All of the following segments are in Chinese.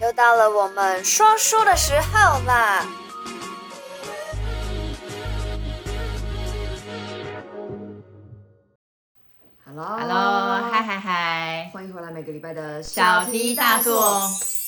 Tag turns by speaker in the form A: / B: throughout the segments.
A: 又到了我们说书的时候啦！
B: Hello
C: Hello，嗨嗨嗨，
B: 欢迎回来每个礼拜的
C: 哦小题大做。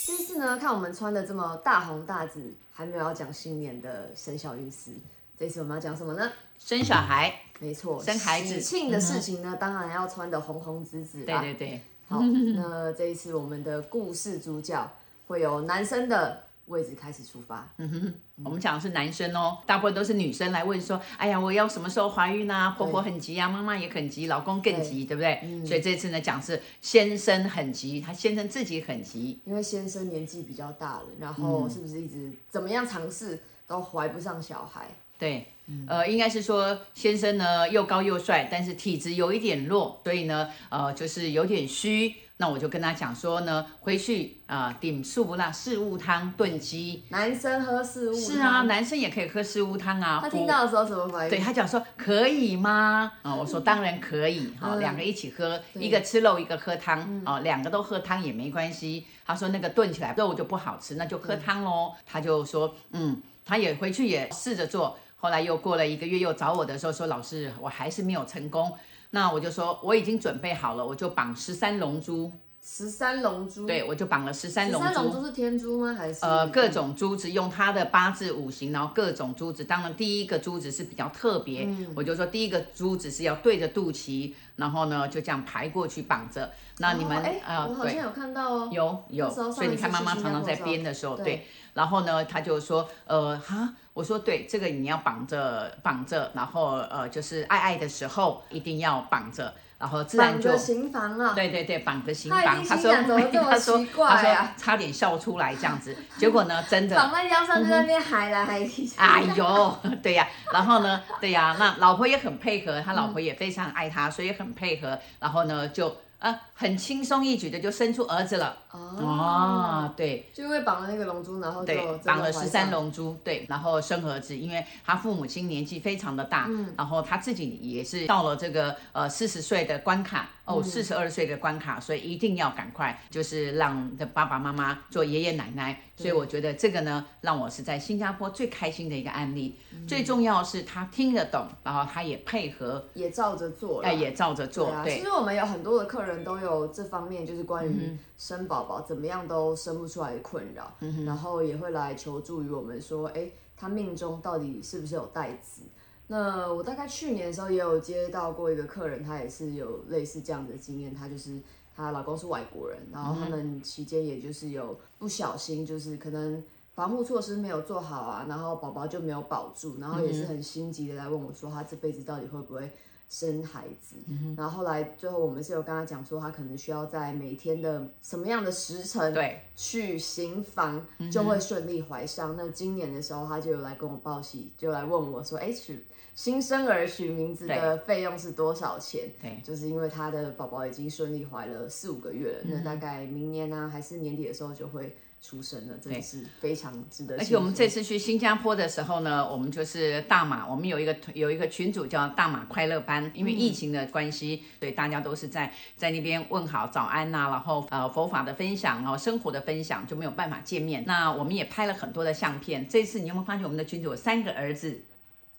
B: 这一次呢，看我们穿的这么大红大紫，还没有要讲新年的生肖运势。这一次我们要讲什么呢？
C: 生小孩，
B: 没错，
C: 生孩子
B: 喜
C: 嗯
B: 庆的事情呢，当然要穿的红红紫啊紫
C: 对
B: 啦。
C: 对对，
B: 好，那这一次我们的故事主角会由男生的位置开始出发。
C: 嗯哼，我们讲的是男生哦，大部分都是女生来问说，哎呀，我要什么时候怀孕啊？婆婆很急啊，妈妈也很急，老公更急，对嗯不对？所以这次呢，讲是先生很急，他先生自己很急，
B: 因为先生年纪比较大了，然
C: 嗯
B: 后是不是一直怎么样尝试都怀不上小孩？
C: 对，呃，应该是说先生呢又高又帅，但是体质有一点弱，所以呢，呃，就是有点虚。那我就跟他讲说呢，回去啊、顶素不辣四物汤炖鸡。
B: 男生喝事物
C: 是啊，
B: 汤
C: 男生也可以喝四物汤啊。
B: 嗯他
C: 补
B: 听到的时候怎么反应？
C: 对他讲说可以吗？啊、我说当然可以哈、两个一起喝，
B: 嗯对嗯
C: 一个吃肉，一个喝汤啊、两个都喝汤也没关系。他说那个炖起来肉就不好吃，那就喝汤喽。他就说嗯，他也回去也试着做。后来又过了一个月，又找我的时候说老师，我还是没有成功。那我就说我已经准备好了，我就绑十三龙珠，
B: 十三龙珠，
C: 对，我就绑了十三
B: 嗯十
C: 龙
B: 三
C: 珠
B: 龙。珠是天珠吗？还是
C: 呃，各种珠子用它的八字五行，然后各种珠子，当然第一个珠子是比较特别，
B: 嗯
C: 我就说第一个珠子是要对着肚脐，然后呢就这样排过去绑着。那你们、
B: 哦哎、
C: 呃，
B: 我好
C: 对
B: 像有看到哦，
C: 有有，
B: 那时候
C: 所以
B: 上
C: 你
B: 一次
C: 看妈
B: 去
C: 妈
B: 新加
C: 常常
B: 坡
C: 在
B: 的时
C: 编
B: 候
C: 的时候，
B: 对
C: 对，然后呢，她就说，呃，哈，我说对，这个你要绑着绑着，然后呃，就是爱爱的时候一定要绑着，然后自然
B: 绑
C: 就
B: 着刑房啊，
C: 对对对，绑着刑
B: 他一
C: 绑。
B: 定
C: 他
B: 心
C: 说，
B: 想怎么这 么
C: 他说
B: 奇怪
C: 他说
B: 啊
C: 差点笑出来这样子。结果呢，真的
B: 绑在腰上就在那边海来海去，
C: 哎呦， 对呀、然后呢，对呀、那老婆也很配合，他老婆也非常爱他，所以很配合。然后呢，就呃很轻松一举的就生出儿子了。
B: 哦，
C: 嗯哦，对
B: 就因为绑了那个龙珠，然哦后就
C: 对
B: 真的，
C: 绑了
B: 怀
C: 十三
B: 上，
C: 龙珠，对，然后生儿子，因为他父母亲年纪非常的大，
B: 嗯
C: 然后他自己也是到了这个呃四十岁的关卡，
B: 嗯
C: 哦，四十二岁的关卡，所以一定要赶快就是让的爸爸妈妈做爷爷奶奶。所以
B: 嗯
C: 我觉得这个呢，让我是在新加坡最开心的一个案例。
B: 嗯
C: 最重要是他听得懂，然后他也配合，
B: 也照着做了，
C: 哎，也照着做
B: 对，啊，其
C: 对嗯
B: 实我们有很多的客人都有这方面，就是关于生宝宝怎么样都生不出来的困扰，然后也会来求助于我们说，哎，他命中到底是不是有带子？那我大概去年的时候也有接到过一个客人，他也是有类似这样的经验，他就是她老公是外国人，然
C: 嗯
B: 后他们期间也就是有不小心，就是可能防护措施没有做好啊，然后宝宝就没有保住，然后也是很心急的来问我说，他这辈子到底会不会生孩子？然后后来最后我们是有跟他讲说，他可能需要在每天的什么样的时辰
C: 对，
B: 去行房
C: 嗯
B: 就会顺利怀上。那今年的时候，他就有来跟我报喜，就来问我说：“哎、取新生儿取名字的费用是多少钱？”
C: 对
B: 就是因为他的宝宝已经顺利怀了四五个月
C: 嗯
B: 了，那大概明年呢、还是年底的时候就会出生了，真的是非常值得。
C: 而且我们这次去新加坡的时候呢，我们就是大马，我们有一个有一个群组叫大马快乐班，因为疫情的关系，所以大家都是在在那边问好早安呐、然后呃佛法的分享，然后生活的分享就没有办法见面。那我们也拍了很多的相片。这次你有没有发现我们的群组有三个儿子，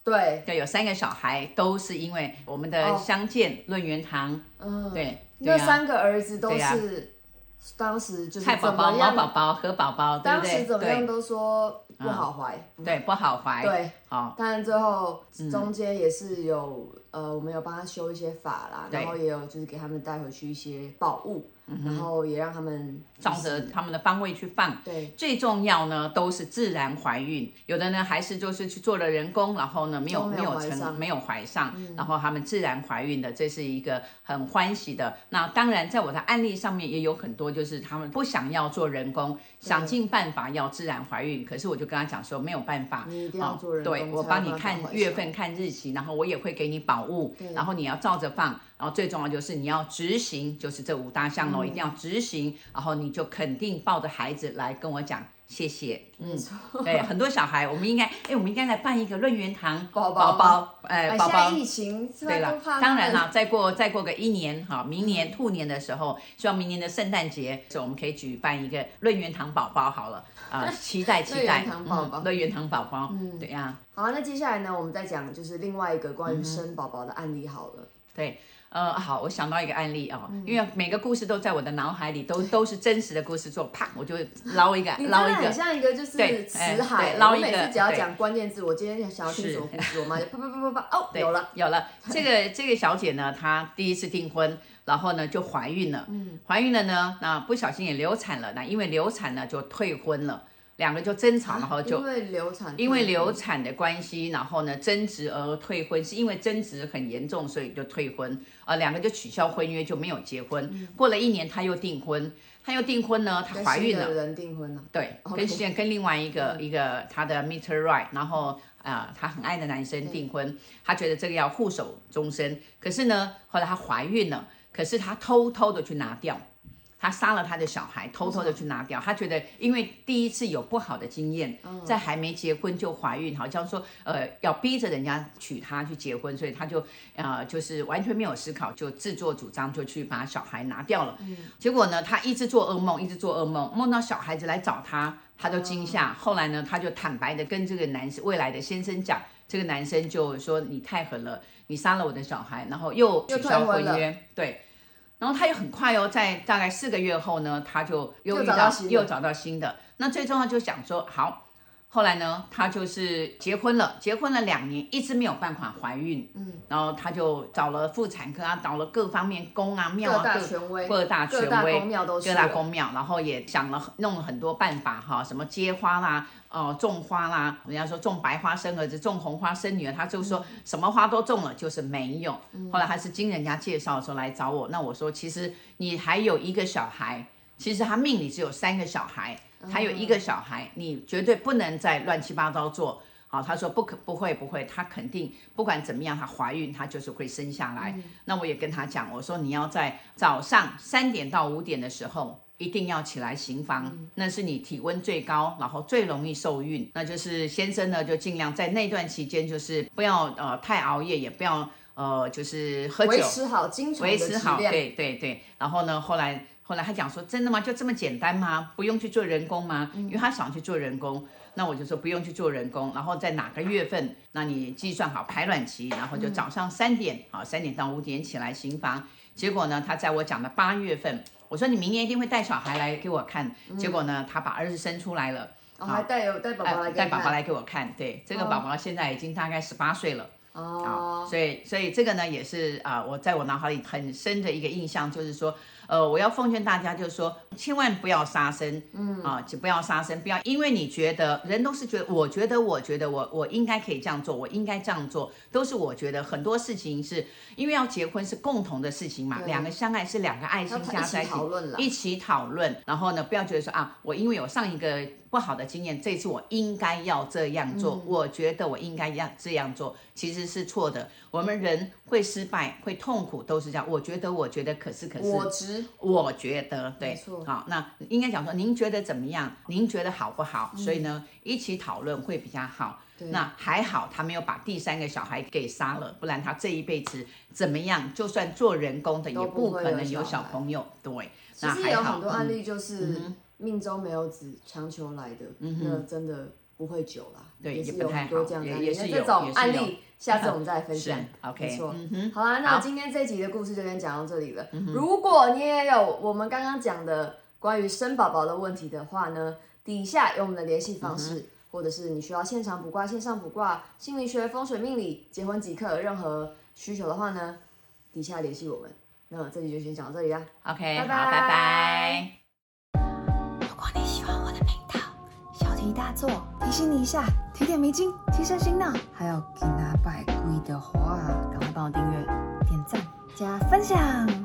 B: 对，
C: 对，有三个小孩，都是因为我们的
B: 哦
C: 相见论元堂，
B: 嗯，
C: 对，对
B: 那
C: 啊
B: 三个儿子都
C: 对啊
B: 是当时就是
C: 蔡宝
B: 怎
C: 宝、
B: 么
C: 毛
B: 样，
C: 宝宝、何宝宝，对不
B: 当
C: 对？
B: 时怎么样
C: 对嗯
B: 都说不好怀。
C: 对，不好怀，
B: 对，
C: 好，
B: 但最后
C: 嗯
B: 中间也是有、呃，我们有帮他修一些法啦，
C: 对嗯
B: 然后也有就是给他们带回去一些宝物，然后也让他们
C: 照着他们的方位去放。
B: 对
C: 最重要呢，都是自然怀孕，有的呢还是就是去做了人工，然后呢没有
B: 都没有
C: 没有
B: 怀上嗯
C: 成没有怀上，然后他们自然怀孕的，这是一个很欢喜的。那当然，在我的案例上面也有很多，就是他们不想要做人工，想尽办法要自然怀孕，可是我就跟他讲说没有办法，哦
B: 你一定要做人工才
C: 对我
B: 有
C: 帮你
B: 办法
C: 看
B: 怀
C: 月
B: 上
C: 份、看日期，然后我也会给你宝物，然后你要照着放，然后最重要就是你要执
B: 嗯
C: 行，就是这五大项咯，一定要执行，然后你就肯定抱着孩子来跟我讲。谢谢，嗯，对，很多小孩，我们应该，哎，我们应该来办一个论元堂
B: 宝宝
C: 宝宝，哎，
B: 哎，
C: 宝
B: 现在
C: 宝。
B: 疫情，
C: 对
B: 了嗯
C: 了，，当然啦，再过再过个一年哈，明年兔年的时候，希望明年的圣诞节，所以我们可以举办一个论元堂宝宝好了啊、期 待期
B: 论
C: 待
B: 元堂宝宝嗯
C: 嗯论元堂宝宝，对啊呀、
B: 好，那接下来呢，我们再讲就是另外一个
C: 嗯
B: 关于生宝宝的案例好了。
C: 对，呃，好，我想到一个案例
B: 嗯
C: 哦，因为每个故事都在我的脑海里，都都是真实的故事，做啪，我就捞一个
B: 你真
C: 哎捞
B: 的
C: 一
B: 很
C: 个，
B: 像一个就是
C: 对
B: 词
C: 哎
B: 海，
C: 对捞
B: 我
C: 一
B: 每
C: 个
B: 次只要
C: 对
B: 讲关键字，我今天想要听
C: 是
B: 什么故事，我妈就啪啪啪啪啪，哦，
C: 对
B: 有了，
C: 有 了。这个这个小姐呢，她第一次订婚，然后呢就怀孕了，嗯，怀孕了呢，那不小心也流产了，那因为流产呢就退婚了，两个就争吵，然后就
B: 因为流产，
C: 因为流产的关系，然后呢争执而退婚，是因为争执很严重，所以就退婚。呃，两个就取消婚约，就没有结婚。
B: 嗯
C: 过了一年，她又订婚，她又订婚呢，她
B: 跟
C: 怀
B: 新
C: 孕
B: 的
C: 了，
B: 人订婚了，
C: 对，
B: OK
C: 跟现跟另外一个一个她的 Mr. Right，然后啊，她很爱的男生订婚，她觉得这个要护手终身。可是呢，后来她怀孕了，可是她偷偷的去拿掉。她杀了她的小孩，偷偷的去拿掉。她觉得，因为第一次有不好的经验，在还没结婚就怀孕，好像说，呃，要逼着人家娶她去结婚，所以她就，呃，就是完全没有思考，就自作主张就去把小孩拿掉了。结果呢，她一直做噩梦，一直做噩梦，梦到小孩子来找她，她就惊吓。后来呢，她就坦白的跟这个男生未来的先生讲，这个男生就说你太狠了，你杀了我的小孩，然后又取消
B: 退婚
C: 婚
B: 了
C: 约，对。然后她也很快哦，在大概四个月后呢，她就又
B: 又
C: 遇
B: 找
C: 到
B: 到新的
C: 又找到新的。那最重要就想说好。后来呢，她就是结婚了，结婚了两年，一直没有办法怀孕，嗯，然后她就找了妇产科啊，找了各方面宫啊庙
B: 各
C: 啊
B: 大权威，
C: 各大权
B: 各大
C: 威
B: 公庙都是
C: 各大
B: 了
C: 公庙，然后也想了弄了很多办法哈，什么接花啦，哦、种花啦，人家说种白花生儿子，种红花生女儿，他就
B: 嗯
C: 说什么花都种了，就是没有。后来还是经人家介绍的时候来找我，那我说其实你还有一个小孩，其实他命里只有三个小孩，
B: 嗯
C: 还有一个小孩，你绝对不能再乱七八糟做。好，他说不可不会不会，他肯定不管怎么样，她怀孕她就是会生下来。
B: 嗯
C: 那我也跟她讲，我说你要在早上三点到五点的时候。一定要起来行房，
B: 嗯
C: 那是你体温最高，然后最容易受孕。那就是先生呢，就尽量在那段期间，就是不要呃太熬夜，也不要呃就是喝酒，
B: 维持好精准
C: 维
B: 的质
C: 持好，
B: 量，
C: 对对对。然后呢，后来后来他讲说，真的吗？就这么简单吗？不用去做人工吗？
B: 嗯
C: 因为他想去做人工，那我就说不用去做人工。然后在哪个月份，那你计算好排卵期，然
B: 嗯
C: 后就早上三点，好三点到五点起来行房。结果呢，他在我讲的八月份，我说你明年一定会带小孩来给我看。
B: 嗯
C: 结果呢，他把儿子生出来了。
B: 然后哦还带有带宝
C: 哎
B: 宝来给
C: 带
B: 你
C: 宝宝
B: 看
C: 来给我看，对，这个宝宝现在已经大概十八岁了。啊，
B: 哦，
C: 所以所以这个呢，也是啊、我在我脑海里很深的一个印象，就是说，呃，我要奉劝大家，就是说，千万不要杀生，嗯啊，就不要杀生，不要因为你觉得人都是觉得，我觉得，我觉得我我应该可以这样做，我应该这样做，都是我觉得很多事情是因为要结婚是共同的事情嘛，
B: 对
C: 两个相爱是两个爱心
B: 要
C: 加在
B: 一起
C: 一起
B: 讨论啦
C: 一起讨论，然后呢，不要觉得说啊，我因为有上一个不好的经验，这次我应该要这样
B: 嗯
C: 做，我觉得我应该要这样做，其实是错的。我们人会失败，会痛苦，都是这样。我觉得，我觉得，可是可是，
B: 我值
C: 我觉得对，
B: 没错
C: 好，那应该讲说，您觉得怎么样？您觉得好不好？所以
B: 嗯
C: 呢，一起讨论会比较好。那还好，他没有把第三个小孩给杀了，不然他这一辈子怎么样？就算做人工的，也
B: 都不
C: 不
B: 会
C: 可
B: 有
C: 能有
B: 小
C: 小
B: 孩
C: 朋友。对，
B: 其
C: 那
B: 实也
C: 还
B: 有
C: 好。
B: 很多案
C: 嗯嗯
B: 例就是命中没有子，强求来的，那真的不会久啦。
C: 对
B: 也
C: 也
B: 是
C: 不
B: 有
C: 太
B: 很多
C: 好
B: 这样的
C: 也
B: 案例
C: 也是
B: 那
C: 有
B: 这种
C: 也是
B: 案
C: 有
B: 例，下次我们再来分享
C: 是。，OK，
B: 没错
C: 嗯哼。嗯
B: 好啦，那今天这集的故事就先讲到这里了。如果你也有我们刚刚讲的关于生宝宝的问题的话呢，底下有我们的联系方
C: 嗯
B: 式。或者是你需要现场卜卦、线上卜卦、心理学、风水命理、结婚即刻，任何需求的话呢，底下联系我们。那这集就先讲到这里啦。
C: OK，
B: 拜
C: 好，拜
B: 拜
C: 拜。
D: 如果你喜欢我的频道，小题大做提醒你一下，提点迷津，提升心脑。还有给拿百贵的话，赶快帮我订阅、点赞、加分享。